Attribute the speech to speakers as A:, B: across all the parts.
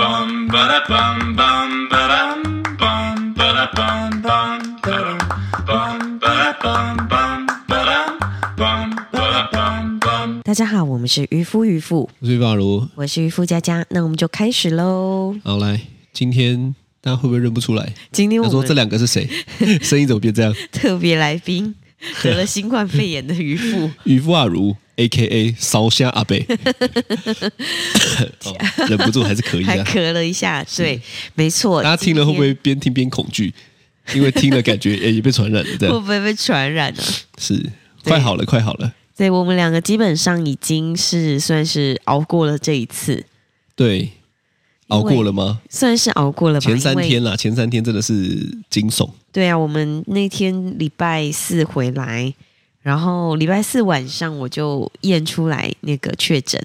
A: bum ba da bum bum ba dum bum ba da bum bum ba dum bum ba da bum bum ba dum bum ba da bum bum
B: 大家好，我们是渔夫渔妇，
C: 我是法如，
B: 我是渔夫佳佳，那我们就开始喽。
C: 好来，今天大家会不会认不出来？
B: 今天
C: 他
B: 我
C: 说这
B: 们
C: 两个 是谁？声音怎么变这样？
B: 特别来宾得了新冠肺炎的渔夫，
C: 渔夫阿如，A K A 烧虾阿 贝、哦，忍不住还是可以
B: 还
C: 啊。
B: 咳了一下，对，没错。
C: 大家听了会不
B: 今
C: 会边听边恐惧？因为听了感 觉哎诶也被传染了，这
B: 天会
C: 样
B: 不会被传染呢、
C: 是快好了，快好了。
B: 对我们两个基本上已经是算是熬过了这一次，
C: 对，熬过了吗？
B: 算是熬过了吧。
C: 前三
B: 因为，
C: 天啦，前三天真的是惊悚。
B: 对啊，我们那天礼拜四回来，然后礼拜四晚上我就验出来那个确诊，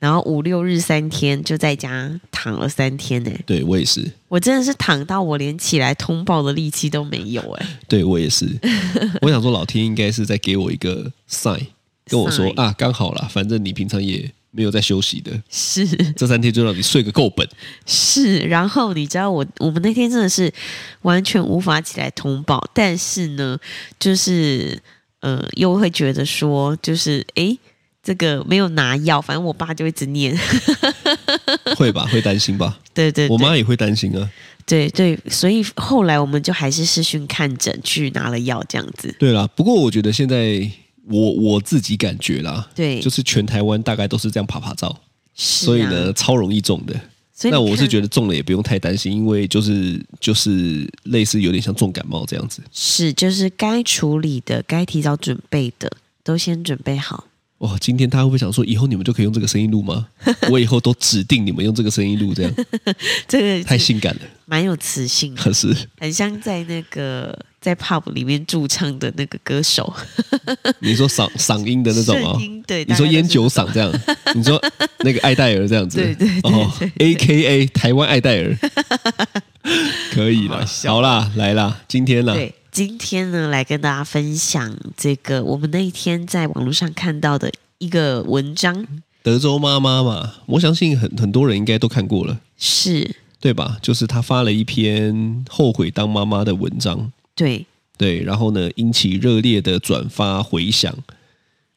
B: 然后五六日三天就在家躺了三天呢、
C: 对我也是，
B: 我真的是躺到我连起来通报的力气都没有哎、
C: 对我也是。我想说，老天应该是在给我一个 sign，跟我说
B: Sign
C: 啊，刚好啦，反正你平常也没有在休息的，
B: 是
C: 这三天就让你睡个够 本。
B: 是，然后你知道我我们那天真的是完全无法起来通报，但是呢，就是呃又会觉得说就是诶，这个没有拿药，反正我爸就一直念，
C: 会吧？会担心吧？
B: 对对
C: 我
B: 对
C: 妈也会担心啊。
B: 对对，所以后来我们就还是视讯看诊去拿了药这样子，
C: 对啦，不过我觉得现在我我自己感觉啦，
B: 对，
C: 就是全台湾大概都是这样爬爬照，
B: 是、啊、
C: 所以呢，超容易中的。
B: 所以
C: 那
B: 你
C: 我是
B: 看
C: 觉得中了也不用太担心，因为就是就是类似有点像重感冒这样子。
B: 是就是该处理的、该提早准备的都先准备好。
C: 哇，今天他会不会想说，以后你们就可以用这个声音 录吗？我以后都指定你们用这个声音录，这样
B: 这 个
C: 太
B: 是
C: 性感了。
B: 蛮有磁性的，
C: 可是
B: 很像在那个在 pub 里面驻唱的那个歌手
C: 你说嗓嗓音的那种啊、
B: 声音对，
C: 你说
B: 大概都
C: 烟
B: 是
C: 酒嗓这样，你说那个艾戴尔这样子，
B: 对对对
C: 哦，A K A 台湾艾 戴尔，可以了，好啦，来啦，今天啦，
B: 对。今天呢，来跟大家分享这个我们那一天在网络上看到的一个文章，
C: 德州妈妈嘛，我相信很很多人应该都看过了，
B: 是
C: 对吧？就是她发了一篇后悔当妈妈的文章，
B: 对
C: 对，然后呢，引起热烈的转发回响，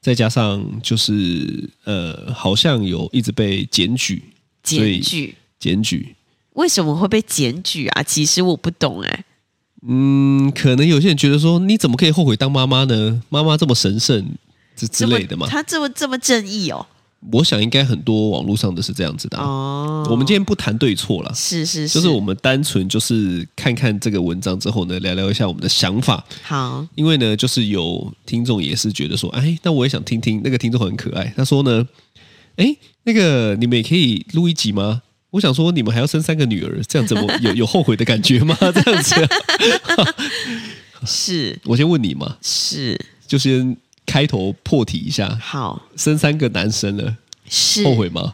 C: 再加上就是呃，好像有一直被检举，所以
B: 检举。
C: 检举，
B: 为什么会被检举啊？其实我不懂哎、
C: 嗯，可能有些人觉得说，你怎么可以后悔当妈妈呢？妈妈这么神圣，这之
B: 这么
C: 类的嘛。
B: 他这么这么正义哦。
C: 我想应该很多网络上的是这样子的啊、
B: 哦，
C: 我们今天不谈对错啦，
B: 是是是，
C: 就是我们单纯就是看看这个文章之后呢，聊聊一下我们的想法。
B: 好
C: 因为呢，就是有听众也是觉得说，哎，那我也想听听。那个听众很可爱，他说呢，哎，那个你们也可以录一集吗？我想说，你们还要生三个女儿，这样怎么有有后悔的感觉吗？ 这样子啊、
B: 是
C: 我先问你嘛，
B: 是
C: 就先开头破题一下，
B: 好
C: 生三个男生了，
B: 是
C: 后悔吗？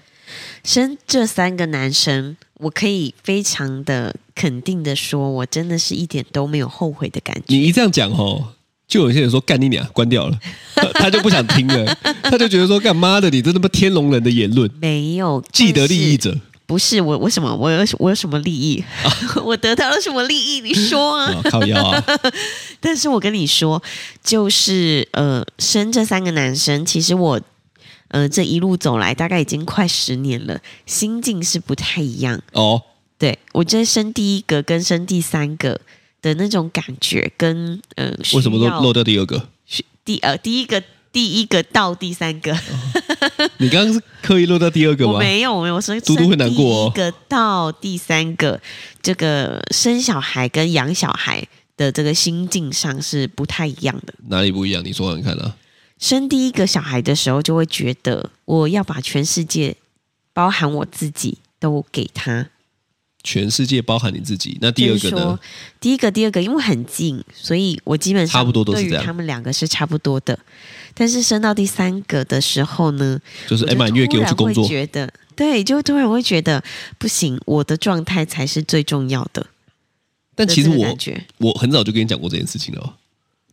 B: 生这三个男生，我可以非常的肯定的说，我真的是一点都没有后悔的感觉。
C: 你一这样讲哦，就有些人说干你俩关 掉了，他就不想听了，他就觉得说干妈的，你这他妈天龙人的言论，
B: 没有
C: 既得利益，
B: 但是
C: 者
B: 不是我，我什么，我有我有什么利益？ 我得到了什么利益？你说啊！
C: 啊，靠腰啊，
B: 但是我跟你说，就是呃，生这三个男生，其实我呃这一路走来，大概已经快十年了，心境是不太一样。
C: 哦，
B: 对我觉得生第一个跟生第三个的那种感觉，跟呃
C: 为什么
B: 需
C: 漏
B: 要
C: 漏掉第二个？
B: 第呃第一个第一个到第三个，
C: 你刚刚是刻意漏掉第二个
B: 我
C: 吗？
B: 没有我没有，我说
C: 嘟嘟会难过哦
B: 第一个到第三个，这个生小孩跟养小孩的这个心境上是不太一样的。
C: 哪里不一样？你说说看啊。
B: 生第一个小孩的时候，就会觉得我要把全世界，包含我自己，都给他。
C: 全世界包含你自己，那第二
B: 就是
C: 个
B: 说
C: 呢？，
B: 第一个、第二个，因为很近，所以我基本上
C: 差不多都是
B: 对于
C: 这样
B: 他们两个是差不多的。但是升到第三个的时候呢，
C: 就是
B: 我
C: 哎，
B: 就
C: 满月给我去
B: 突
C: 工
B: 然会
C: 作，
B: 觉得对，就突然会觉得不行，我的状态才是最重要的。
C: 但其实
B: 的这个
C: 我
B: 感觉
C: 我很早就跟你讲过这件事情了哦，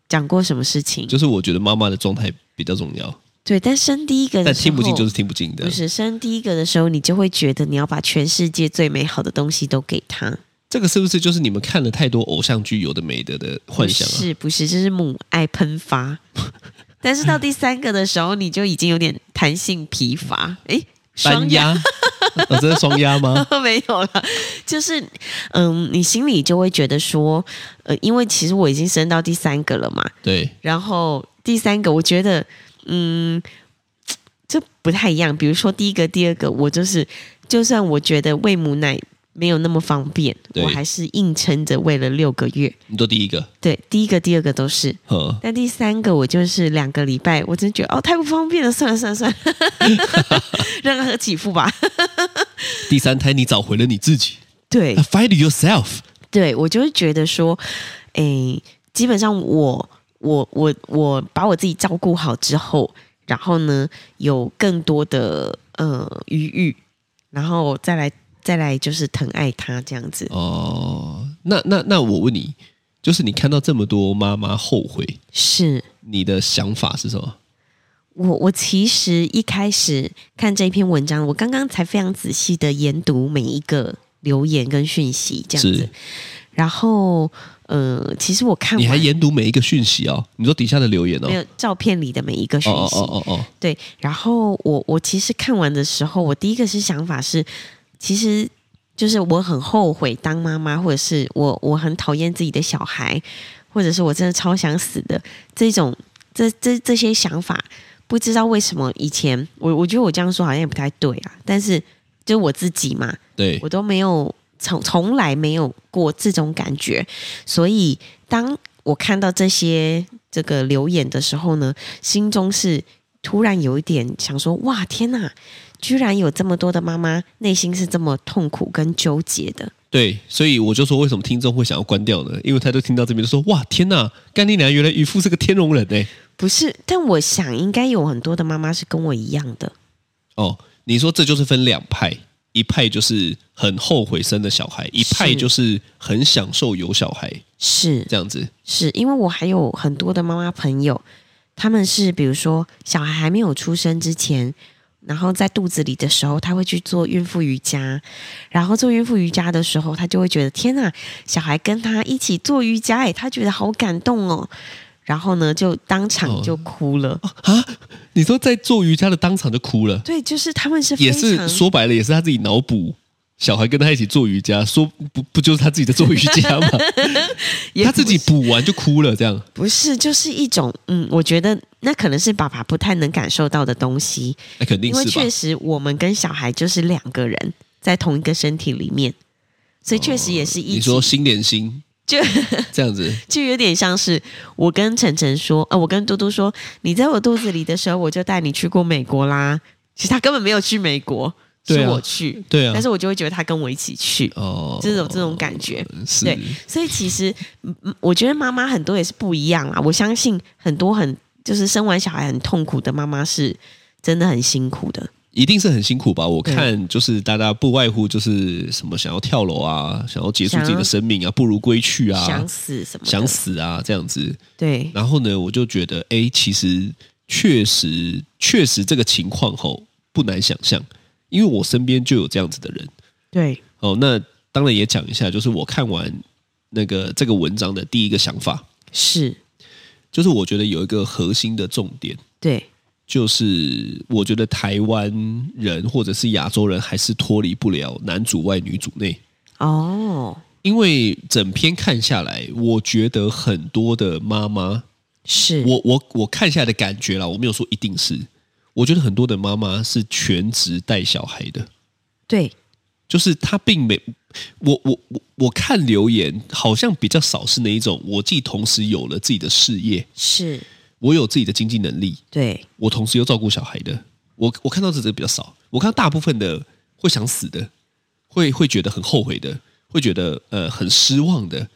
B: 讲过什么事情？
C: 就是我觉得妈妈的状态比较重要，
B: 对，但生第一个的
C: 但
B: 时候，
C: 听不进就是听不进的
B: 不。是生第一个的时候，你就会觉得你要把全世界最美好的东西都给他。
C: 这个是不是就是你们看了太多偶像剧有的没的的幻想
B: 不
C: 啊？
B: 是不是，这是母爱喷发。 但是到第三个的时候，你就已经有点弹性疲乏。诶，双
C: 单压， 哦，这是双压 吗？
B: 没有了，就是嗯，你心里就会觉得说，呃，因为其实我已经生到第三个了嘛，
C: 对，
B: 然后第三个，我觉得，嗯，这不太一样。比如说第一个、第二个，我就是，就算我觉得喂母奶没有那么方便，
C: 对
B: 我还是硬撑着喂了六个月。
C: 你都第一个，
B: 对，第一个、第二个都是。
C: 嗯，
B: 但第三个，我就是两个礼拜，我真觉得哦，太不方便了，算了算了算了， 让他起付吧。
C: 第三胎你找回了你自己
B: 对
C: ，find yourself。
B: 对，我就会觉得说，诶，基本上我我我我把我自己照顾好之后，然后呢，有更多的呃余裕，然后再来再来就是疼爱他这样子。
C: 哦，那那那我问你，就是你看到这么多妈妈后悔，
B: 是
C: 你的想法是什么？
B: 我我其实一开始看这篇文章，我刚刚才非常仔细的研读每一个留言跟讯息这样子
C: 是，
B: 然后呃，其实我看
C: 你还
B: 完
C: 研读每一个讯息哦？你说底下的留言哦
B: 没？有照片里的每一个讯
C: 哦哦
B: 息，
C: 哦哦哦，
B: 对，然后我我其实看完的时候，我第一个是想法是，其实就是我很后悔当妈妈，或者是我我很讨厌自己的小孩，或者是我真的超想死的这种这这这些想法，不知道为什么以前我我觉得我这样说好像也不太对啊，但是就我自己嘛，
C: 对
B: 我，都没有从从来没有过这种感觉，所以当我看到这些这个留言的时候呢，心中是突然有一点想说：哇，天哪！居然有这么多的妈妈内心是这么痛苦跟纠结的，
C: 对，所以我就说为什么听众会想要关掉呢？因为他就听到这边就说：“哇，天呐，干你娘！原来渔夫是个天龙人哎、
B: 不是？但我想应该有很多的妈妈是跟我一样的，
C: 哦，你说这就是分两派，一派就是很后悔生的小孩，一派
B: 是
C: 就是很享受有小孩
B: 是
C: 这样子。
B: 是因为我还有很多的妈妈朋友，他们是比如说小孩还没有出生之前，然后在肚子里的时候，他会去做孕妇瑜伽，然后做孕妇瑜伽的时候，他就会觉得天呐，小孩跟他一起做瑜伽，哎，他觉得好感动哦，然后呢就当
C: 哦
B: 场就哭了。
C: 你说在做瑜伽的当场就哭了，
B: 对，就是他们是非
C: 也
B: 常
C: 是说白了，也是他自己脑补。小孩跟他一起做瑜伽，说不不就是他自己在做瑜伽吗？
B: 也
C: 他
B: 不
C: 自己补完就哭了，这样
B: 不是，就是一种嗯，我觉得那可能是爸爸不太能感受到的东西。
C: 那哎肯定
B: 因为
C: 是吧
B: 确？实我们跟小孩就是两个人在同一个身体里面，所以确实也是一
C: 哦你
B: 起、
C: 说心连心
B: 就
C: 这样子，
B: 就有点像是我跟晨晨说，呃，我跟嘟嘟说，你在我肚子里的时候，我就带你去过美国啦。其实他根本没有去美国，
C: 对
B: 是
C: 啊
B: 我去，
C: 对啊
B: 但是我就会觉得他跟我一起去，
C: 哦，
B: 这种这种感觉。
C: 是
B: 对，所以其实，嗯嗯我觉得妈妈很多也是不一样啊。我相信很多很就是生完小孩很痛苦的妈妈是真的很辛苦的。
C: 一定是很辛苦吧？
B: 嗯
C: 我看就是大家不外乎就是什么想要跳楼啊，想要结束自己的生命啊，不如归去啊，
B: 想死什么的？
C: 想死啊这样子。
B: 对，
C: 然后呢，我就觉得，哎，其实确实确实这个情况吼不难想象，因为我身边就有这样子的人。
B: 对，
C: 哦，那当然也讲一下，就是我看完那个这个文章的第一个想法，
B: 是，
C: 就是我觉得有一个核心的重点，
B: 对，
C: 就是我觉得台湾人或者是亚洲人还是脱离不了男主外女主内，
B: 哦，
C: 因为整篇看下来，我觉得很多的妈妈，
B: 是，
C: 我我我看下来的感觉啦，我没有说一定是，我觉得很多的妈妈是全职带小孩的，
B: 对，
C: 就是她并没，我我我我看留言好像比较少是那一种，我既同时有了自己的事业，
B: 是，
C: 我有自己的经济能力，
B: 对，
C: 我同时又照顾小孩的，我我看到这个比较少，我看到大部分的会想死的，会会觉得很后悔的，会觉得呃很失望的，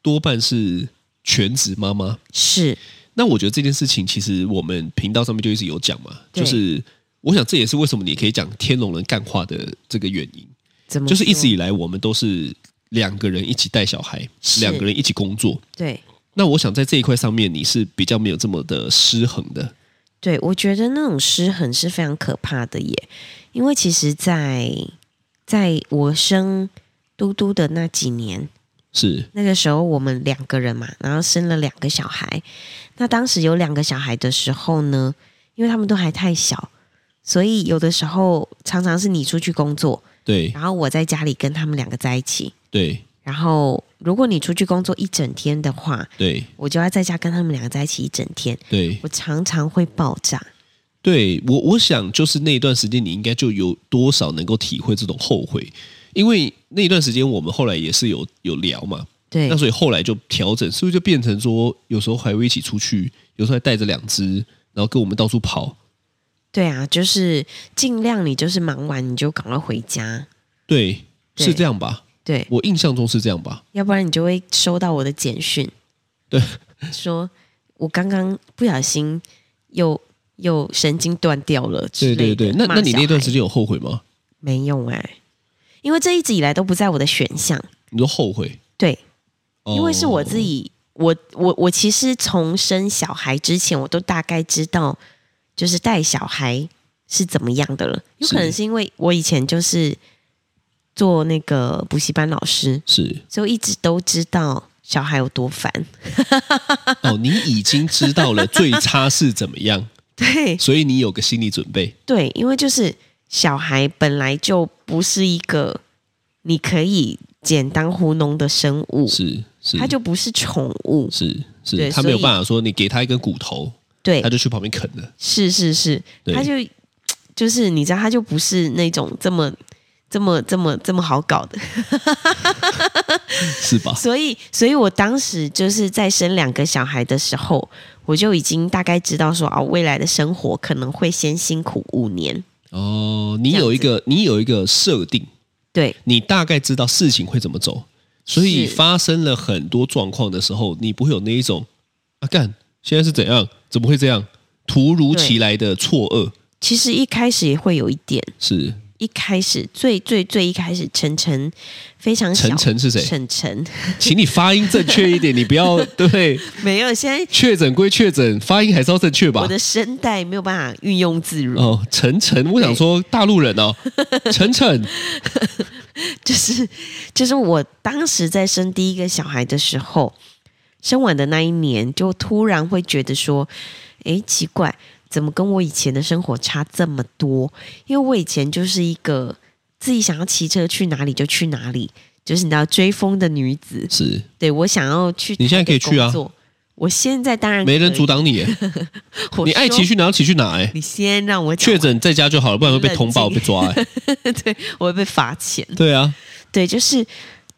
C: 多半是全职妈妈。
B: 是，
C: 那我觉得这件事情，其实我们频道上面就一直有讲嘛，
B: 对
C: 就是我想这也是为什么你可以讲天龙人干话的这个原因，
B: 怎么
C: 就是一直
B: 说
C: 以来我们都是两个人一起带小孩，
B: 是
C: 两个人一起工作。
B: 对，
C: 那我想在这一块上面，你是比较没有这么的失衡的，
B: 对，我觉得那种失衡是非常可怕的耶，因为其实在，在我生嘟嘟的那几年，
C: 是
B: 那个时候我们两个人嘛，然后生了两个小孩。那当时有两个小孩的时候呢，因为他们都还太小，所以有的时候常常是你出去工作，
C: 对
B: 然后我在家里跟他们两个在一起。
C: 对
B: 然后如果你出去工作一整天的话，
C: 对
B: 我就要在家跟他们两个在一起一整天，
C: 对
B: 我常常会爆炸。
C: 对，我我想就是那一段时间，你应该就有多少能够体会这种后悔，因为那一段时间我们后来也是有有聊嘛，
B: 对
C: 那，所以后来就调整，是不是就变成说，有时候还会一起出去，有时候还带着两只，然后跟我们到处跑。
B: 对啊，就是尽量你就是忙完你就赶快回家，
C: 对，
B: 对
C: 是这样吧？
B: 对，
C: 我印象中是这样吧？
B: 要不然你就会收到我的简讯，
C: 对，
B: 说我刚刚不小心又又神经断掉了之
C: 对
B: 类
C: 对
B: 的。
C: 对。那
B: 骂
C: 那你那段时
B: 小孩
C: 间有后悔吗？
B: 没有哎、因为这一直以来都不在我的选项。
C: 你说后悔？
B: 对，因为是我
C: 哦
B: 自己，我我我其实从生小孩之前，我都大概知道，就是带小孩是怎么样的了。有可能
C: 是
B: 是因为我以前就是做那个补习班老师，
C: 哦是
B: 所以我一直都知道小孩有多烦。
C: 哦，你已经知道了最差是怎么样，
B: 对
C: 所以你有个心理准 备。
B: 对，因为就是小孩本来就不是一个你可以简单糊弄的生物，
C: 是是，
B: 它就不是宠物。
C: 是
B: 对
C: 是，他没有
B: 所以
C: 办法说你给他一根骨头，
B: 对
C: 他，就去旁边啃了。
B: 是是是，
C: 对
B: 他就就是你知道，他就不是那种这么这么这么这么好搞的，
C: 是吧？
B: 所以所以我当时就是在生两个小孩的时候，我就已经大概知道说哦，未来的生活可能会先辛苦五年，
C: 哦，你
B: 这样
C: 有一个你有一个设定，
B: 对
C: 你大概知道事情会怎么走，所以
B: 是
C: 发生了很多状况的时候，你不会有那一种啊干，现在是怎样？怎么会这样？突如其来的错愕
B: 其实一开始也会有一点，
C: 是
B: 一开始最最最一开始晨晨非常小
C: 晨晨是谁？
B: 晨晨
C: 请你发音正确一点，你不要对不对？
B: 没有，现在
C: 确诊归确诊，发音还是要正确吧
B: 我。的声带没有办法运用自如，
C: 哦，晨晨，我想说大陆人 哦，晨晨
B: 就是就是我当时在生第一个小孩的时候，生完的那一年，就突然会觉得说，诶，奇怪，怎么跟我以前的生活差这么多？因为我以前就是一个自己想要骑车去哪里就去哪里，就是你知道追风的女子，
C: 是
B: 对我想要去，
C: 你现在可以去啊。
B: 我现在当然
C: 没人阻
B: 阻
C: 挡你耶，
B: 挡
C: 你爱骑，去哪就骑去哪哎
B: 我说。你先让我讲
C: 确
B: 完，
C: 诊在家就好了，不然会被通报
B: 冷静
C: 被抓哎。
B: 对我会被罚钱。
C: 对啊，
B: 对，就是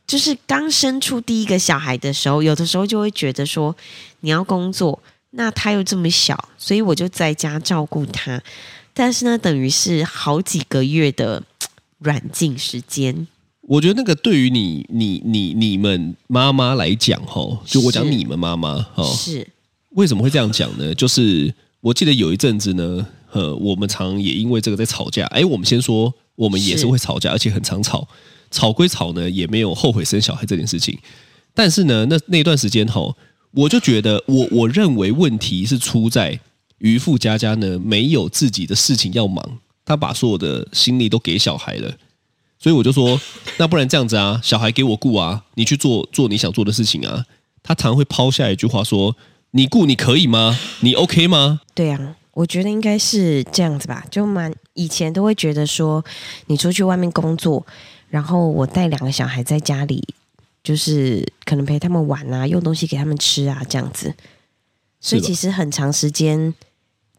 B: 就是刚生出第一个小孩的时候，有的时候就会觉得说你要工作，那他又这么小，所以我就在家照顾他。但是呢，等于是好几个月的软禁时间。
C: 我觉得那个对于你、你、你、你们妈妈来讲，吼，就我讲
B: 是
C: 你们妈妈，吼，
B: 是
C: 为什么会这样讲呢？就是我记得有一阵子呢，呃，我们常也因为这个在吵架。哎，我们先说，我们也
B: 是
C: 是会吵架，而且很常吵。吵归吵呢，也没有后悔生小孩这件事情。但是呢，那那段时间吼，我就觉得我我认为问题是出在渔夫佳佳呢没有自己的事情要忙，他把所有的心力都给小孩了。所以我就说，那不然这样子啊，小孩给我顾啊，你去做做你想做的事情啊。他常会抛下一句话说：“你顾你可以吗？你 OK 吗
B: 对啊，我觉得应该是这样子吧，就蛮以前都会觉得说你出去外面工作，然后我带两个小孩在家里。就是可能陪他们玩啊，用东西给他们吃啊，这样子。？”所
C: 是
B: 以
C: 吧
B: 其？实很长时间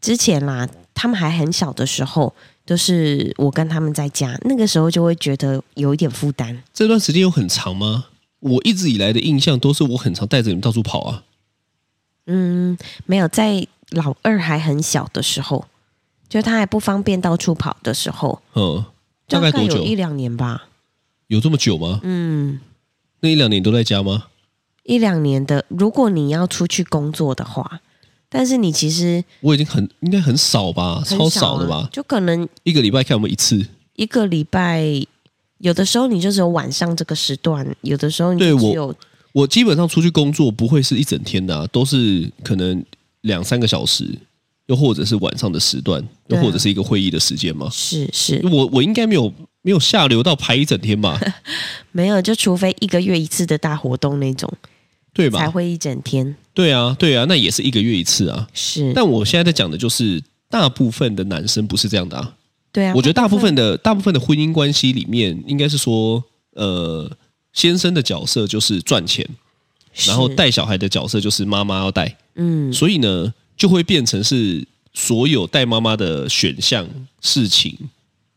B: 之前啦，他们还很小的时候，都是我跟他们在家，那个时候就会觉得有一点负担。
C: 这段时间有很长吗？我一直以来的印象都是我很常带着你们到处跑啊。
B: 嗯，没有在老二还很小的时候，就他还不方便到处跑的时候，
C: 嗯，大
B: 大
C: 概
B: 概
C: 多久
B: 有？一两年吧。
C: 有这么久吗？
B: 嗯，
C: 那一两年都在家吗？
B: 一两年的，如果你要出去工作的话，嗯但是你其实
C: 我已经很应该很少吧，
B: 很
C: 超
B: 少
C: 少
B: 啊
C: 的吧，
B: 就可能
C: 一个礼拜看我们一次。
B: 一个礼拜。有的时候你就只有晚上这个时段，有的时候你就
C: 对
B: 只
C: 我
B: 有
C: 我基本上出去工作不会是一整天的、啊，都是可能两三个小时，又或者是晚上的时段，又
B: 对啊
C: 或者是一个会议的时间吗？
B: 是是，
C: 我我应该没有没有下流到排一整 天吧，
B: 没有，就除非一个月一次的大活动那种，
C: 对
B: 才
C: 吧？
B: 会一整天。
C: 对啊，对啊，那也是一个月一次啊。
B: 是，
C: 但我现在在讲的就是，大部分的男生不是这样的啊。
B: 对啊，
C: 我觉得大部分的大部分的婚姻关系里面，应该是说，呃，先生的角色就是赚钱，
B: 是
C: 然后，带小孩的角色就是妈妈要带，
B: 嗯，
C: 所以呢，就会变成是所有带妈妈的选项、事情、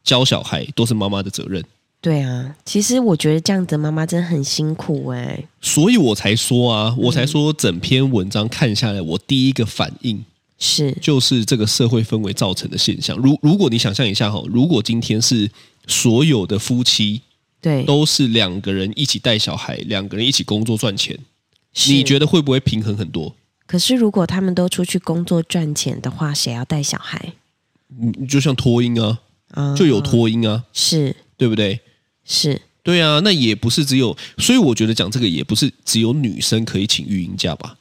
C: 教小孩都是妈妈的责任。
B: 对啊，其实我觉得这样子妈妈真的很辛苦哎、
C: 所以我才说啊，我才说整篇文章看下来，我第一个反应
B: 是
C: 就是这个社会氛围造成的现象。如如果你想象一下哈，如果今天是所有的夫妻
B: 对，
C: 都是两个人一起带小孩，两个人一起工作赚钱，
B: 是
C: 你觉得会不会平衡很多？
B: 可是如果他们都出去工作赚钱的话，谁要带小孩？
C: 嗯，就像脱音啊，
B: 啊、
C: 就有脱音啊，
B: 是
C: 对不对？
B: 是，
C: 对啊，那也不是只有，所以我觉得讲这个也不是只有女生可以请育婴假吧。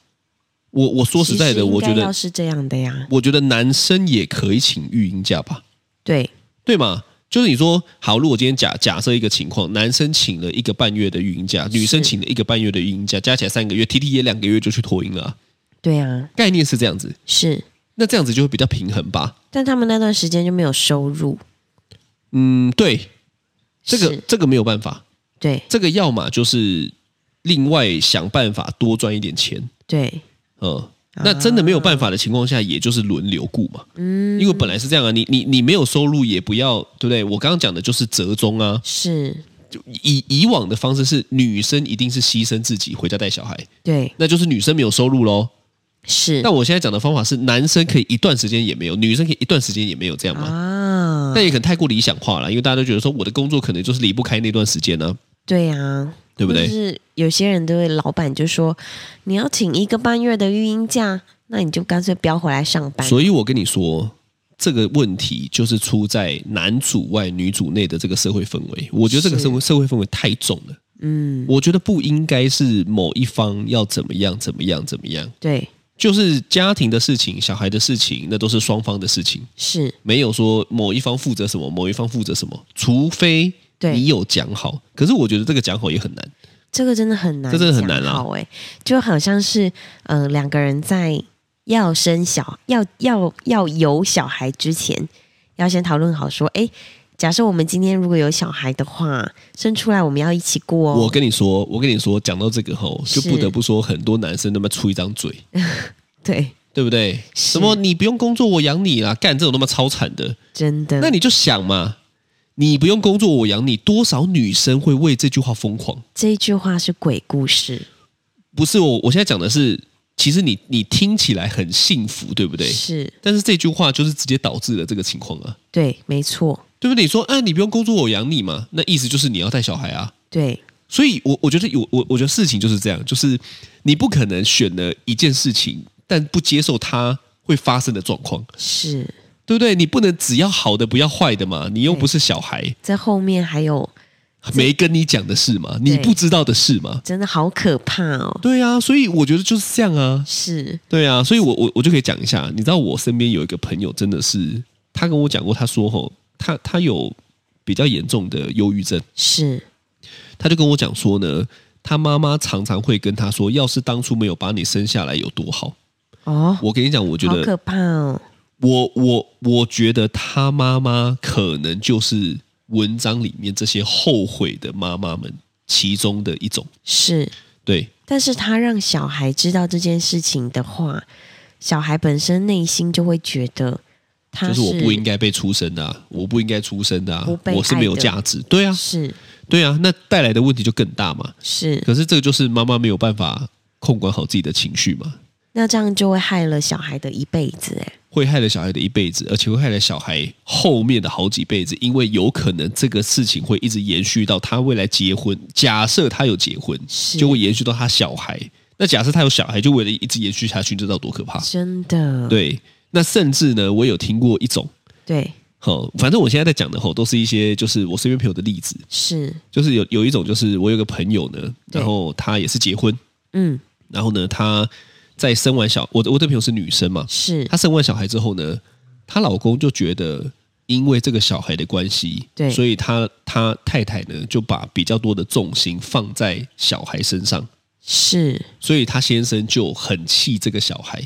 C: 我我说实
B: 其实
C: 在的，
B: 应
C: 我
B: 该
C: 觉得
B: 要是这样的呀，
C: 我觉得男生也可以请育婴假吧，
B: 对
C: 对吗？就是你说好，如果今天假假设一个情况，男生请了一个半月的育婴假，女生请了一个半月的育婴假，加起来三个月，T T 也两个月就去脱音了啊、
B: 对啊，
C: 概念是这样子，
B: 是，
C: 那这样子就会比较平衡吧？
B: 但他们那段时间就没有收入，
C: 嗯，对，这个
B: 是
C: 这个没有办法，
B: 对
C: 这个要么就是另外想办法多赚一点钱，
B: 对，
C: 嗯。那真的没有办法的情况下，也就是轮流雇嘛，嗯，因为本来是这样啊，你你你没有收入也不要，对不对？我刚刚讲的就是折中啊，
B: 是，
C: 以以往的方式是女生一定是牺牲自己回家带小孩，
B: 对
C: 那就是女生没有收入喽。
B: 是
C: 但我现在讲的方法是，男生可以一段时间也没有，女生可以一段时间也没有，这样吗？
B: 啊，
C: 但也可能太过理想化了，因为大家都觉得说我的工作可能就是离不开那段时间呢、
B: 对啊，
C: 对不
B: 就
C: 对？
B: 是有些人都会，老板就说你要请一个半月的育婴假，那你就干脆不要回来上班。
C: 所以我跟你说，这个问题就是出在男主外女主内的这个社会氛围。我觉得这个社会社会氛围太重了，
B: 嗯，
C: 我觉得不应该是某一方要怎么样怎么样怎么样，
B: 对，
C: 就是家庭的事情、小孩的事情，那都是双方的事情。
B: 是，
C: 没有说某一方负责什么，某一方负责什么，除非
B: 对
C: 你有讲好。可是我觉得这个讲好也很难。
B: 这个真的很难，
C: 这真的很难啊
B: 好哎、就好像是呃两个人在要生小要要要有小孩之前，要先讨论好说，哎，假设我们今天如果有小孩的话，生出来我们要一起过哦。
C: 我跟你说，我跟你说，讲到这个吼，
B: 是
C: 就不得不说，很多男生他妈出一张嘴，
B: 对，
C: 对不对？
B: 是
C: 什么你不用工作，我养你啦，干这种他妈超惨的。
B: 真的，
C: 那你就想嘛，你不用工作，我养你，多少女生会为这句话疯狂？
B: 这一句话是鬼故事，
C: 不是我，我现在讲的是，其实你你听起来很幸福，对不对？
B: 是
C: 但是这句话就是直接导致了这个情况啊。
B: 对，没错，
C: 对不对？你说，啊，你不用工作，我养你嘛，那意思就是你要带小孩啊。
B: 对，
C: 所以我，我觉得有我，我觉得事情就是这样，就是你不可能选了一件事情，但不接受它会发生的状况，
B: 是
C: 对不对？你不能只要好的不要坏的嘛，你又不是小孩，
B: 这后面还有
C: 没跟你讲的事嘛，
B: 对
C: 你不知道的事嘛，
B: 真的好可怕哦，
C: 对啊，所以我觉得就是这样啊，
B: 是
C: 对啊，所以我我我就可以讲一下，你知道我身边有一个朋友，真的是他跟我讲过，他说吼，他他有比较严重的忧郁症。
B: 是
C: 他就跟我讲说呢，他妈妈常常会跟他说，要是当初没有把你生下来有多好。
B: 哦，
C: 我跟你讲，我觉
B: 好
C: 得
B: 可怕哦，
C: 我我我觉得他妈妈可能就是文章里面这些后悔的妈妈们其中的一种。
B: 是。
C: 对，
B: 但是他让小孩知道这件事情的话，小孩本身内心就会觉得他
C: 就是我不应
B: 该
C: 该被出生的、啊，我不应该出生的、啊
B: 啊不，被
C: 我是没有价值。对啊，
B: 是
C: 对啊，那带来的问题就更大嘛。
B: 是，
C: 可是这个就是妈妈没有办法控管好自己的情绪嘛，
B: 那这样就会害了小孩的一辈子。哎，
C: 会害了小孩的一辈子，而且会害了小孩后面的好几辈子，因为有可能这个事情会一直延续到他未来结婚。假设他有结婚，
B: 是
C: 就会延续到他小孩。那假设他有小孩，就为了一直延续下去，你知道多可怕？
B: 真的，
C: 对。那甚至呢，我有听过一种，
B: 对
C: 哦，反正我现在在讲的吼，都是一些就是我身边朋友的例子，
B: 是，
C: 就是有有一种就是我有个朋友呢，
B: 对
C: 然后他也是结婚，
B: 嗯，
C: 然后呢，他在生完小我的我的朋友是女生嘛，
B: 是
C: 她生完小孩之后呢，她老公就觉得因为这个小孩的关系，
B: 对
C: 所以她她太太呢就把比较多的重心放在小孩身上，
B: 是，
C: 所以她先生就很气这个小孩，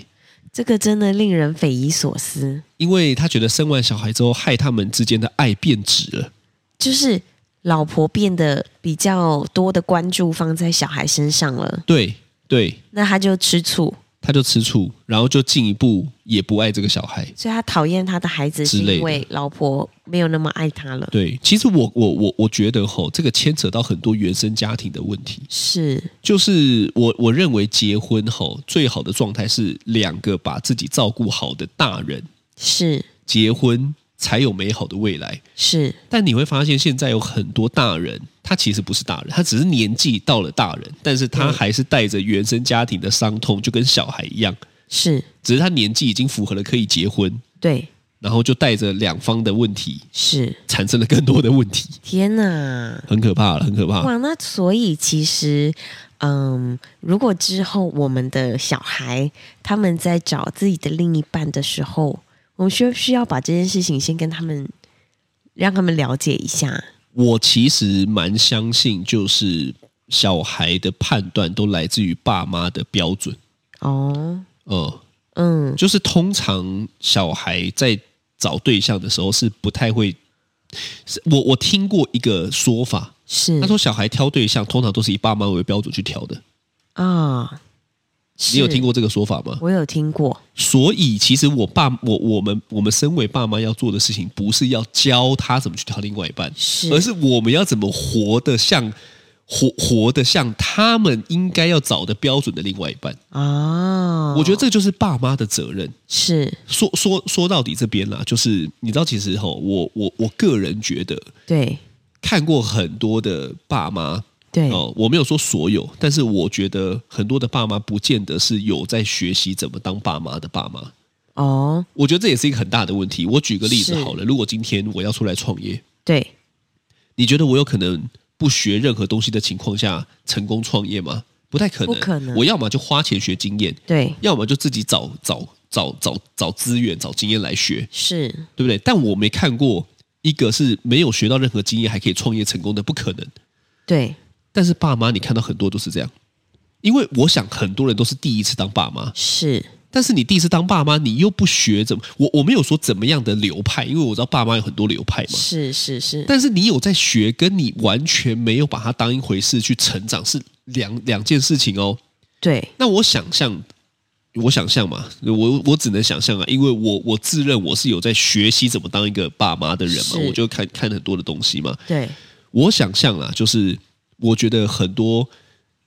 B: 这个真的令人匪夷所思，
C: 因为他觉得生完小孩之后害他们之间的爱变质了。
B: 就是老婆变得比较多的关注放在小孩身上了，
C: 对对，
B: 那他就吃醋，
C: 他就吃醋，然后就进一步也不爱这个小孩。
B: 所以他讨厌他的孩子，
C: 之
B: 是
C: 类
B: 因
C: 的
B: 为老婆没有那么爱他了。
C: 对，其实我我我我觉得吼，这个牵扯到很多原生家庭的问题。
B: 是
C: 就是我我认为结婚吼最好的状态是两个把自己照顾好的大人
B: 是
C: 结婚，才有美好的未来。
B: 是，
C: 但你会发现，现在有很多大人，他其实不是大人，他只是年纪到了大人，但是他
B: 对
C: 还是带着原生家庭的伤痛，就跟小孩一样，
B: 是，
C: 只是他年纪已经符合了可以结婚，
B: 对，
C: 然后就带着两方的问题，
B: 是。
C: 产生了更多的问题，
B: 天哪！
C: 很可怕了，很可怕。
B: 哇，那所以其实，嗯，如果之后我们的小孩他们在找自己的另一半的时候，我们需不需要把这件事情先跟他们，让他们了解一下？
C: 我其实蛮相信，就是小孩的判断都来自于爸妈的标准，
B: 哦，
C: 嗯，
B: 嗯，
C: 就是通常小孩在找对象的时候是不太会。是我我听过一个说法，
B: 是
C: 他说小孩挑对象通常都是以爸妈为标准去挑的，
B: 啊、
C: 你有听
B: 过？
C: 过这个说法吗？
B: 我有听过，
C: 所以其实我爸我我们我们身为爸妈要做的事情，不是要教他怎么去挑另外一半，
B: 是
C: 而是我们要怎么活得像活活得像他们应该要找的标准的另外一半。
B: 啊，
C: 我觉得这就是爸妈的责任。
B: 是
C: 说说说到底这边啦，就是你知道，其实哈，我我我个人觉得
B: 对
C: 看过很多的爸妈。
B: 对、
C: 哦，我没有说所有，但是我觉得很多的爸妈不见得是有在学习怎么当爸妈的爸妈。
B: 哦，
C: 我觉得这也是一个很大的问题。我举个例子
B: 是
C: 好了，如果今天我要出来创业，
B: 对，
C: 你觉得我有可能不学任何东西的情况下成功创业吗？不太可能。
B: 不可能
C: 我要么就花钱学经验，
B: 对
C: 要么就自己找找找找找资源、找经验来学，
B: 是
C: 对不对？但我没看过一个是没有学到任何经验还可以创业成功的，不可能。
B: 对
C: 但是爸妈，你看到很多都是这样。因为我想很多人都是第一次当爸妈，
B: 是
C: 但是你第一次当爸妈，你又不学怎么我我没有说怎么样的流派，因为我知道爸妈有很多流派嘛。
B: 是是是，
C: 但是你有在学，跟你完全没有把它当一回事去成长是两两件事情哦。
B: 对
C: 那我想象，我想象嘛，我我只能想象啊，因为我我自认我是有在学习怎么当一个爸妈的人嘛
B: 是，
C: 我就看看很多的东西嘛。
B: 对
C: 我想象啦，就是我觉得很多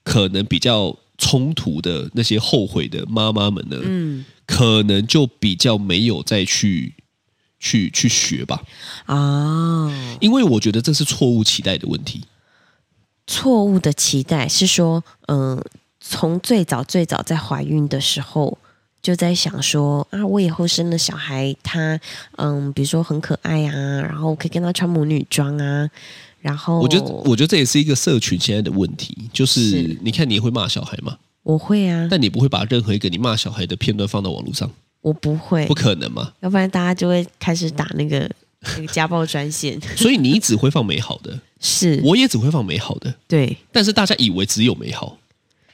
C: 可能比较冲突的那些后悔的妈妈们呢，
B: 嗯
C: 可能就比较没有再去去去学吧，
B: 啊，
C: 因为我觉得这是错误期待的问题。
B: 错误的期待是说，嗯、从最早最早在怀孕的时候。就在想说啊，我以后生了小孩，他嗯，比如说很可爱啊，然后可以跟他穿母女装啊，然后
C: 我觉得，我觉得这也是一个社群现在的问题，就是
B: 哦是
C: 你看你也会骂小孩嘛，
B: 我会啊，
C: 但你不会把任何一个你骂小孩的片段放到网络上，
B: 我不会
C: 不，可能嘛。
B: 要不然大家就会开始打那 个那个家暴专线。
C: 所以你只会放美好的，
B: 是，
C: 我也只会放美好的，
B: 对，
C: 但是大家以为只有美好。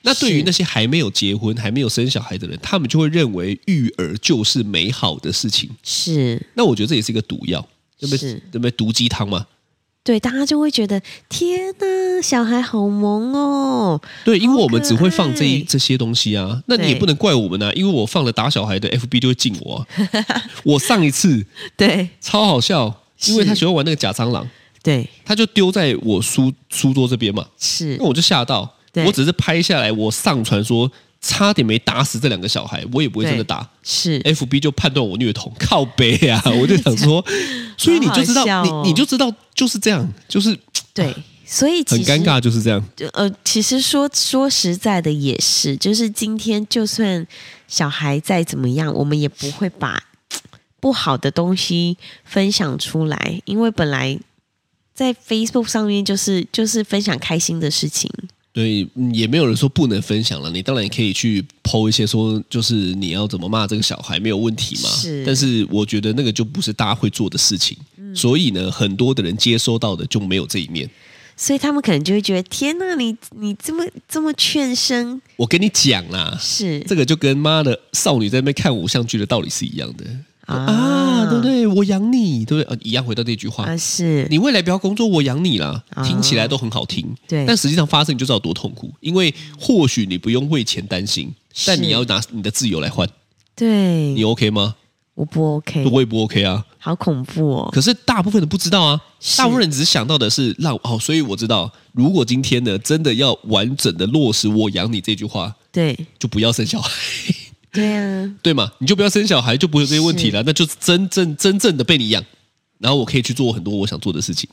C: 那对于
B: 是
C: 那些还没有结婚、还没有生小孩的人，他们就会认为育儿就是美好的事情。
B: 是，
C: 那我觉得这也是一个毒药，对不对
B: 是？
C: 对不对？毒鸡汤嘛。
B: 对，大家就会觉得天哪，小孩好萌哦，
C: 对，因为我们只会放这一
B: 好可爱
C: 这些东西啊，那你
B: 哦
C: 也
B: 对
C: 不能怪我们啊，因为我放了打小孩的 FB 就会禁我 啊。我上一次
B: 对
C: 超好笑，因为
B: 是
C: 他喜欢玩那个假蟑螂，
B: 对
C: 他就丢在我书书桌这边嘛，
B: 是
C: 那，我就吓到，
B: 对
C: 我只是拍下来，我上传说差点没打死这两个小孩，我也不会真的打。
B: 是
C: FB 就判断我虐童，靠背 啊！我就想说，所以你就知道，
B: 好好笑哦
C: 你你就知道就是这样，就是
B: 对，所以
C: 很
B: 其实
C: 尴尬，就是这样。
B: 呃，其实说说实在的也是，就是今天就算小孩再怎么样，我们也不会把不好的东西分享出来，因为本来在 Facebook 上面就是就是分享开心的事情，
C: 对，嗯也没有人说不能分享了。你当然可以去剖一些说，就是你要怎么骂这个小孩没有问题嘛。
B: 是嗯
C: 但是我觉得那个就不是大家会做的事情，所以呢，很多的人接收到的就没有这一面。
B: 所以他们可能就会觉得，天呐，你你这么这么劝生，
C: 我跟你讲啦，
B: 是
C: 这个就跟妈的少女在那边看偶像剧的道理是一样的
B: 啊
C: 啊，对不对？我养你，对不对？啊、一样回到这句话，
B: 啊，是
C: 你未来不要工作，我养你啦，
B: 啊
C: 听起来都很好听，
B: 对
C: 但实际上发生你就知道有多痛苦，因为或许你不用为钱担心，
B: 是
C: 但你要拿你的自由来换，你
B: 对，
C: OK 吗？
B: 我不 OK，
C: 我也不 OK 啊。
B: 好恐怖哦，
C: 可是大部分人不知道啊，
B: 是
C: 大部分人只是想到的是让哦，所以我知道，如果今天呢，真的要完整的落实“我养你”这句话，
B: 对
C: 就不要生小孩，
B: 对啊，
C: 对吗？你就不要生小孩，就不会有这些问题了，那就是真正真正的被你养，然后我可以去做很多我想做的事情。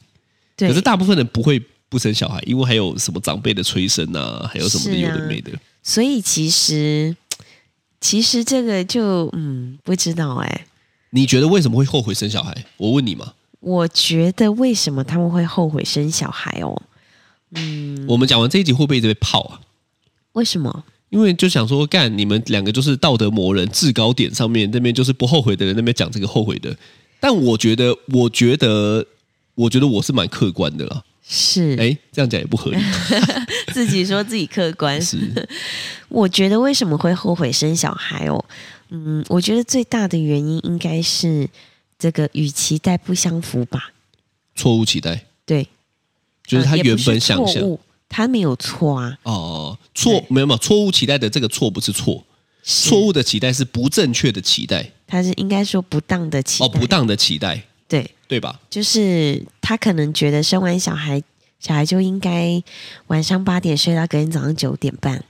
B: 对
C: 可是，大部分人不会不生小孩，因为还有什么长辈的催生啊，还有什么的
B: 是
C: 有
B: 啊
C: 的没的。
B: 所以其实其实这个就嗯不知道哎、
C: 你觉得为什么会后悔生小孩？我问你嘛，
B: 我觉得为什么他们会后悔生小孩哦？嗯
C: 我们讲完这一集会不会一直被泡啊？
B: 为什么？
C: 因为就想说，干你们两个就是道德魔人制高点上面那边就是不后悔的人那边讲这个后悔的，但我觉得，我觉得，我觉得我是蛮客观的啦。
B: 是
C: 哎，这样讲也不合理，
B: 嗯自己说自己客观。
C: 是
B: 我觉得为什么会后悔生小孩哦？嗯，我觉得最大的原因应该是这个与期待不相符吧。
C: 错误期待，
B: 对，
C: 就
B: 呃
C: 是他
B: 也不
C: 原本想
B: 是
C: 象
B: 错误，他没有错啊，
C: 哦，错没有没有错误期待的这个错不是错，
B: 是
C: 错误的期待是不正确的期待。
B: 他是应该说不当的期待。
C: 哦，不当的期待，
B: 对，
C: 对吧？
B: 就是他可能觉得生完小孩，小孩就应该晚上八点睡到隔天早上九点半，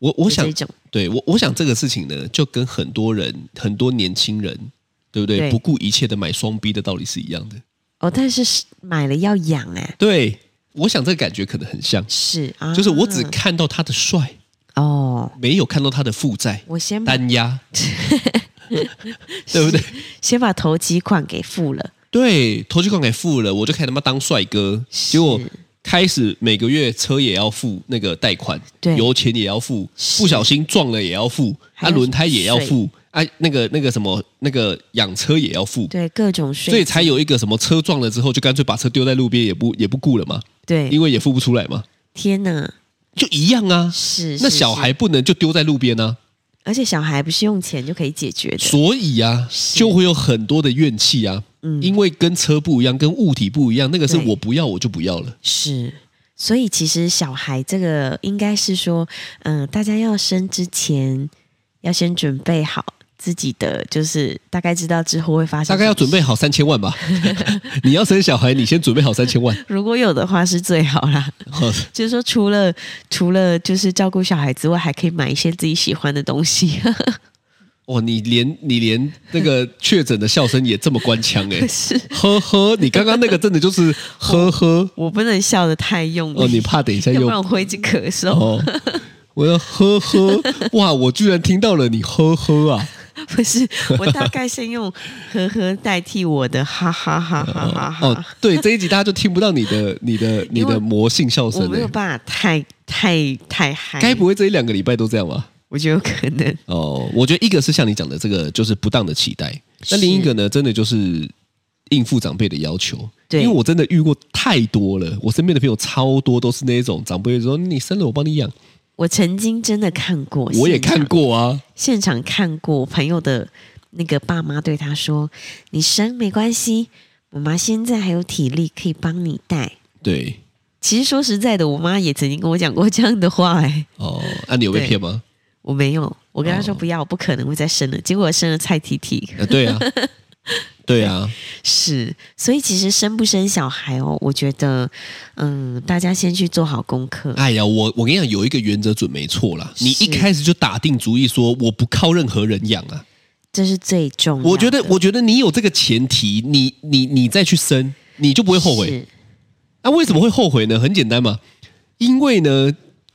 C: 我我想
B: 就这，种
C: 对我我想这个事情呢，就跟很多人、很多年轻人，对不对？
B: 对
C: 不顾一切的买双逼的道理是一样的。
B: 哦，但是是买了要养哎、
C: 对，我想这个感觉可能很像，
B: 是啊，
C: 就是我只看到他的帅，
B: 哦，
C: 没有看到他的负债、
B: 我先把
C: 单压，对不对？
B: 先把头期款给付了，
C: 对，投机款给付了，我就开始他妈当帅哥，结果
B: 是
C: 开始每个月车也要付那个贷款，
B: 对
C: 油钱也要付，
B: 是
C: 不小心撞了也要付，
B: 还
C: 啊，
B: 有
C: 轮胎也要
B: 税
C: 付，啊，那个那个什么那个养车也要付，
B: 对各种税，
C: 所以才有一个什么车撞了之后就干脆把车丢在路边也不也不顾了嘛，
B: 对，
C: 因为也付不出来嘛，
B: 天哪，
C: 就一样啊。
B: 是
C: 那
B: 是
C: 小
B: 是
C: 孩不能就丢在路边啊，
B: 而且小孩不是用钱就可以解决的，
C: 所以啊，
B: 是
C: 就会有很多的怨气啊，
B: 嗯
C: 因为跟车不一样，跟物体不一样，那个是
B: 对
C: 我不要我就不要了。
B: 是。所以其实小孩这个应该是说，嗯、大家要生之前要先准备好自己的，就是大概知道之后会发生。
C: 大概要准备，好三千万吧。 你要生小孩，你先准备好三千 万。哦
B: 如果有的话是最好啦。
C: 好
B: 就是说，除了除了就是照顾小孩之外，还可以买一些自己喜欢的东西。
C: 哇，哦你连你连那个确诊的笑声也这么官腔哎、
B: 是
C: 呵呵，你刚刚那个真的 就是呵呵
B: 我不能笑得太用力，
C: 哦，你怕等一下
B: 要不
C: 又
B: 然我会一直咳嗽。
C: 哦，我要呵呵，哇，我居然听到了你呵呵啊，
B: 不是，我大概先用呵呵代替我的哈哈哈哈哈哈。
C: 哦，对，这一集大家就听不到你的你的你
B: 因为
C: 的魔性笑
B: 我
C: 声哎、
B: 没有办法太太太嗨，
C: 该不会这一两个礼拜都这样吧？
B: 我觉得有可 能
C: 哦，我觉得一个是像你讲的这个就是不当的期待，那另一个呢，真的就是应付长辈的要求。
B: 对
C: 因为我真的遇过太多了，我身边的朋友超多都是那种长辈说你生了我帮你养，
B: 我曾经真的看过，
C: 我也
B: 现场
C: 看过啊，
B: 现场看过我朋友的那个爸妈对他说：“你生没关系，我妈现在还有体力可以帮你带。
C: 对，”
B: 其实说实在的，我妈也曾经跟我讲过这样的话、哎，
C: 哦，那、你有被
B: 对
C: 骗吗？
B: 我没有，我跟她说
C: 哦
B: 不要，我不可能会再生了。结果生了蔡 T T，
C: 啊，对啊，对啊，
B: 是，所以其实生不生小孩哦，我觉得，嗯，大家先去做好功课，
C: 哎呀，我我跟你讲，有一个原则准没错啦，你一
B: 是
C: 开始就打定主意说我不靠任何人养啊，
B: 这是最重要的。
C: 我觉得，我觉得你有这个前提，你你你再去生，你就不会后悔。
B: 是
C: 那、为什么会后悔呢？很简单嘛，因为呢，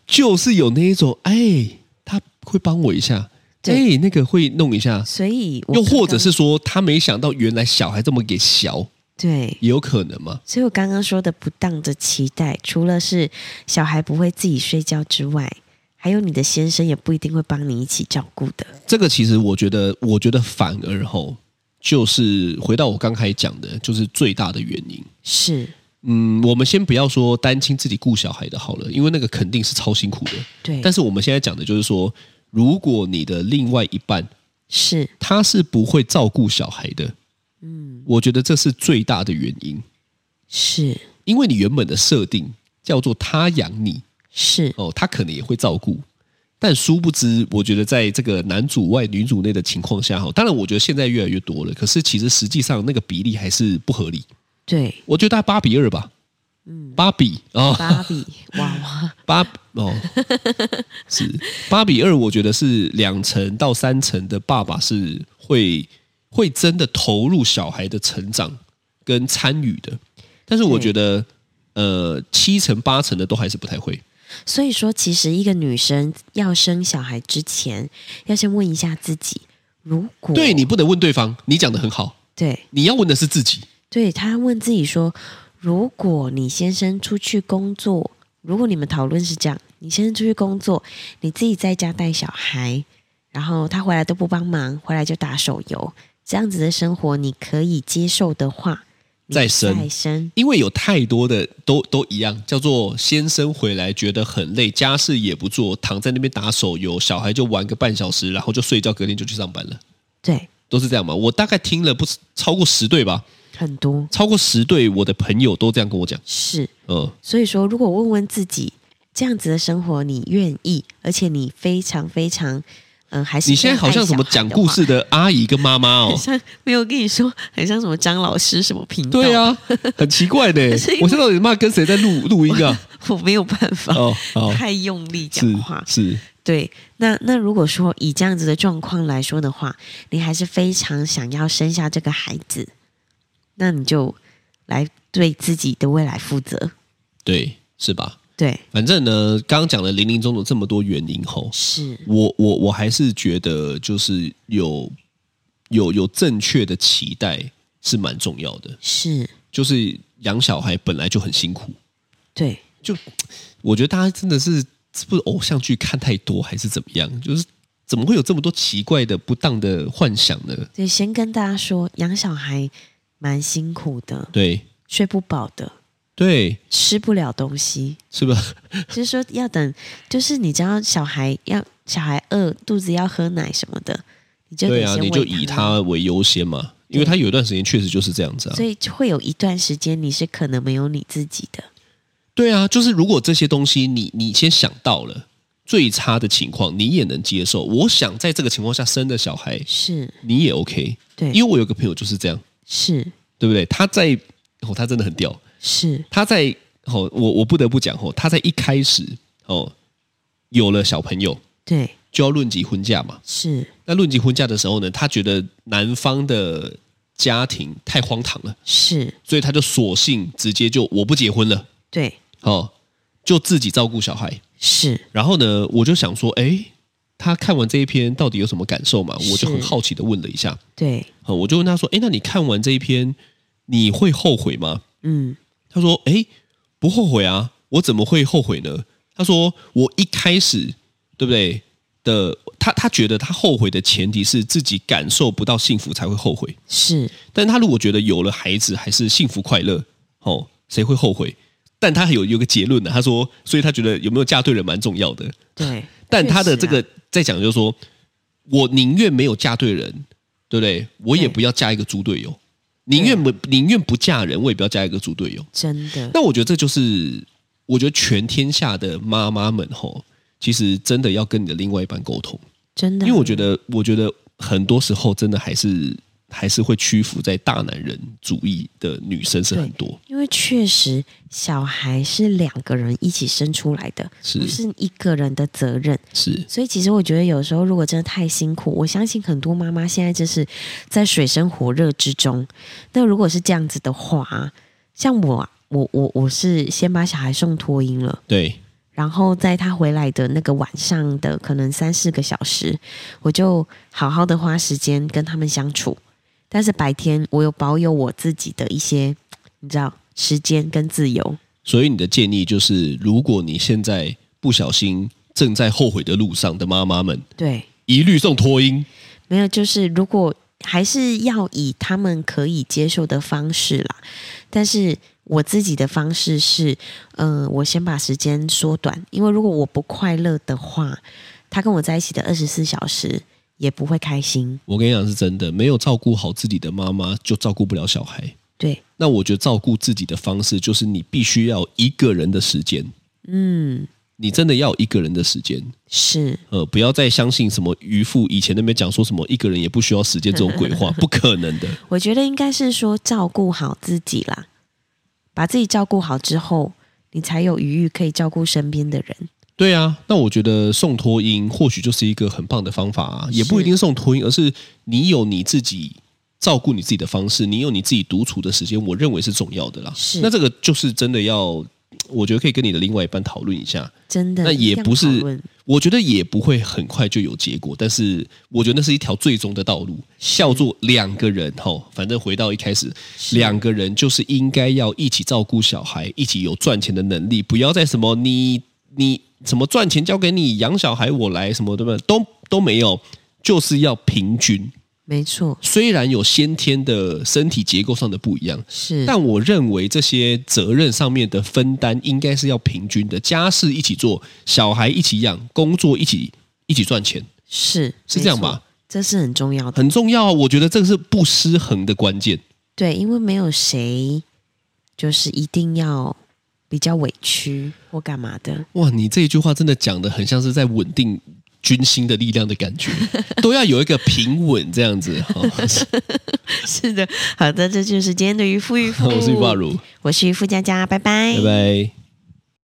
C: 就是有那一种，哎，他会帮我一下，
B: 对
C: 哎，那个会弄一下，
B: 所以我
C: 又
B: 刚
C: 或者
B: 刚
C: 是说，他没想到原来小孩这么给小，
B: 对，
C: 也有可能嘛。
B: 所以我刚刚说的不当的期待，除了是小孩不会自己睡觉之外，还有你的先生也不一定会帮你一起照顾的。
C: 这个其实我觉得，我觉得反而吼，就是回到我刚才讲的，就是最大的原因。
B: 是，
C: 嗯，我们先不要说单亲自己顾小孩的好了，因为那个肯定是超辛苦的。
B: 对，
C: 但是我们现在讲的就是说，如果你的另外一半
B: 是
C: 他是不会照顾小孩的，嗯，我觉得这是最大的原因，
B: 是
C: 因为你原本的设定叫做他养你
B: 是，
C: 哦，他可能也会照顾，但殊不知，我觉得在这个男主外女主内的情况下，哦哈，当然我觉得现在越来越多了，可是其实实际上那个比例还是不合理，
B: 对，
C: 我觉得大概八比二吧，嗯，八比哦，
B: 芭比 娃娃，
C: 八哦，是八比二，我觉得是两成到三成的爸爸是会会真的投入小孩的成长跟参与的，但是我
B: 对
C: 觉得呃七成八成的都还是不太会，
B: 所以说，其实一个女生要生小孩之前，要先问一下自己，如果
C: 对你不能问对方，你讲的很好，
B: 对
C: 你要问的是自己，
B: 对，她问自己说，如果你先生出去工作，如果你们讨论是这样，你先生出去工作，你自己在家带小孩，然后他回来都不帮忙，回来就打手游，这样子的生活你可以接受的话，你
C: 再生
B: 再生，
C: 因为有太多的都都一样，叫做先生回来觉得很累，家事也不做，躺在那边打手游，小孩就玩个半小时，然后就睡觉，隔天就去上班了。
B: 对，
C: 都是这样嘛？我大概听了不是超过十对吧，
B: 很多
C: 超过十对我的朋友都这样跟我讲。
B: 是。
C: 嗯，
B: 所以说，如果问问自己，这样子的生活你愿意，而且你非常非常，嗯、还是
C: 你现在好像什么讲故事
B: 的，
C: 的阿姨跟妈妈
B: 很
C: 哦，
B: 像没有我跟你说，很像什么张老师什么频道，
C: 对，啊，很奇 怪的
B: 是因。为
C: 我现在到底妈跟谁在录录音啊？
B: 我没有办法、
C: 哦，好，
B: 太用力讲
C: 是
B: 话，
C: 是，
B: 对，那那如果说以这样子的状况来说的话，你还是非常想要生下这个孩子，那你就来对自己的未来负责，
C: 对，是吧？
B: 对，
C: 反正呢，刚刚讲了零零总总这么多原因吼，
B: 是
C: 我我我还是觉得就是有有有正确的期待是蛮重要的，
B: 是，
C: 就是养小孩本来就很辛苦。
B: 对，
C: 就我觉得大家真的是是不是偶像剧看太多还是怎么样？就是怎么会有这么多奇怪的不当的幻想呢？
B: 对，先跟大家说，养小孩蛮辛苦的，
C: 对
B: 睡不饱的，
C: 对，
B: 吃不了东西，
C: 是吧？
B: 就是说要等，就是你知道小孩要小孩饿，肚子要喝奶什么的，你就
C: 对
B: 得
C: 啊，
B: 先喂
C: 你就以
B: 他。
C: 他为优先嘛，因为他有一段时间确实就是这样子啊
B: 所。以就会有一段时间，你是可能没有你自己的，
C: 对啊，就是如果这些东西你你先想到了最差的情况，你也能接受。我想在这个情况下生的小孩，
B: 是
C: 你也 OK。
B: 对，
C: 因为
B: 为
C: 我有个朋友就是这样，
B: 是
C: 对不对？他在哦，他真的很屌。
B: 是
C: 他在哦，我我不得不讲哦，他在一开始哦有了小朋友
B: 对
C: 就要论及婚嫁嘛。
B: 是
C: 那论及婚嫁的时候呢，他觉得男方的家庭太荒唐了，
B: 是，
C: 所以他就索性直接就我不结婚了
B: 对
C: 哦，就自己照顾小孩。
B: 是
C: 然后呢，我就想说，哎，他看完这一篇到底有什么感受嘛？
B: 是
C: 我就很好奇的问了一下，
B: 对，
C: 哦我就问他说，哎，那你看完这一篇你会后悔吗？
B: 嗯
C: 他说：“诶，不后悔啊，我怎么会后悔呢？”他说：“我一开始，对不对的？他他觉得他后悔的前提是自己感受不到幸福才会后悔。
B: 是
C: 但他如果觉得有了孩子还是幸福快乐，哦，谁会后悔？但他还有有个结论呢、啊他说，所以他觉得有没有嫁对人蛮重要的。
B: 对，
C: 但他的
B: 确实
C: 这
B: 啊
C: 个在讲就是说，我宁愿没有嫁对人，对不对？我也
B: 对
C: 不要嫁一个猪队友，宁愿不宁愿不嫁人，我也不要嫁一个猪队友。”
B: 真的
C: 那我觉得这就是，我觉得全天下的妈妈们吼，其实真的要跟你的另外一半沟通，
B: 真的，
C: 因为我觉得，我觉得很多时候真的还是还是会屈服在大男人主义的女生是很多，
B: 因为确实，小孩是两个人一起生出来的，
C: 是
B: 不是一个人的责任。
C: 是
B: 所以，其实我觉得有时候如果真的太辛苦，我相信很多妈妈现在就是在水深火热之中。那如果是这样子的话，像我啊，我我我是先把小孩送托婴了，
C: 对
B: 然后在他回来的那个晚上的可能三四个小时，我就好好的花时间跟他们相处。但是白天我有保有我自己的一些，你知道，时间跟自由。
C: 所以你的建议就是，如果你现在不小心正在后悔的路上的妈妈们，
B: 对，
C: 一律送托婴。
B: 没有，就是如果还是要以他们可以接受的方式啦。但是我自己的方式是，嗯、我先把时间缩短，因为如果我不快乐的话，他跟我在一起的二十四小时也不会开心。
C: 我跟你讲是真的，没有照顾好自己的妈妈，就照顾不了小孩。
B: 对，
C: 那我觉得照顾自己的方式就是，你必须要有一个人的时间，
B: 嗯，
C: 你真的要有一个人的时间。
B: 是
C: 呃，不要再相信什么渔夫以前那边讲说什么一个人也不需要时间这种鬼话，不可能的。
B: 我觉得应该是说照顾好自己啦，把自己照顾好之后，你才有余裕可以照顾身边的人。
C: 对啊，那我觉得送托婴或许就是一个很棒的方法、啊，也不一定送托婴，而是你有你自己照顾你自己的方式，你有你自己独处的时间，我认为是重要的啦。
B: 是
C: 那这个就是真的要，我觉得可以跟你的另外一半讨论一下。
B: 真的，
C: 那也
B: 一定要
C: 不是
B: 讨论
C: 我觉得也不会很快就有结果，但是我觉得那是一条最终的道路，叫做两个人吼、反正回到一开始，两个人就是应该要一起照顾小孩，一起有赚钱的能力，不要再什么你你什么赚钱交给你，养小孩我来什么对不对？都都没有，就是要平均。
B: 没错，
C: 虽然有先天的身体结构上的不一样，
B: 是
C: 但我认为这些责任上面的分担应该是要平均的，家事一起做，小孩一起养，工作一起一起赚钱，
B: 是
C: 是这样？
B: 没
C: 吧
B: 错？这是很重要的，
C: 很重要啊，我觉得这个是不失衡的关键。
B: 对，因为没有谁就是一定要比较委屈或干嘛的，
C: 哇，你这一句话真的讲的很像是在稳定军心的力量的感觉，都要有一个平稳这样子。哦、是
B: 是的。好的，这就是今天的渔夫渔夫，
C: 我是玉霸如，
B: 我是渔夫佳佳，拜拜，
C: 拜拜。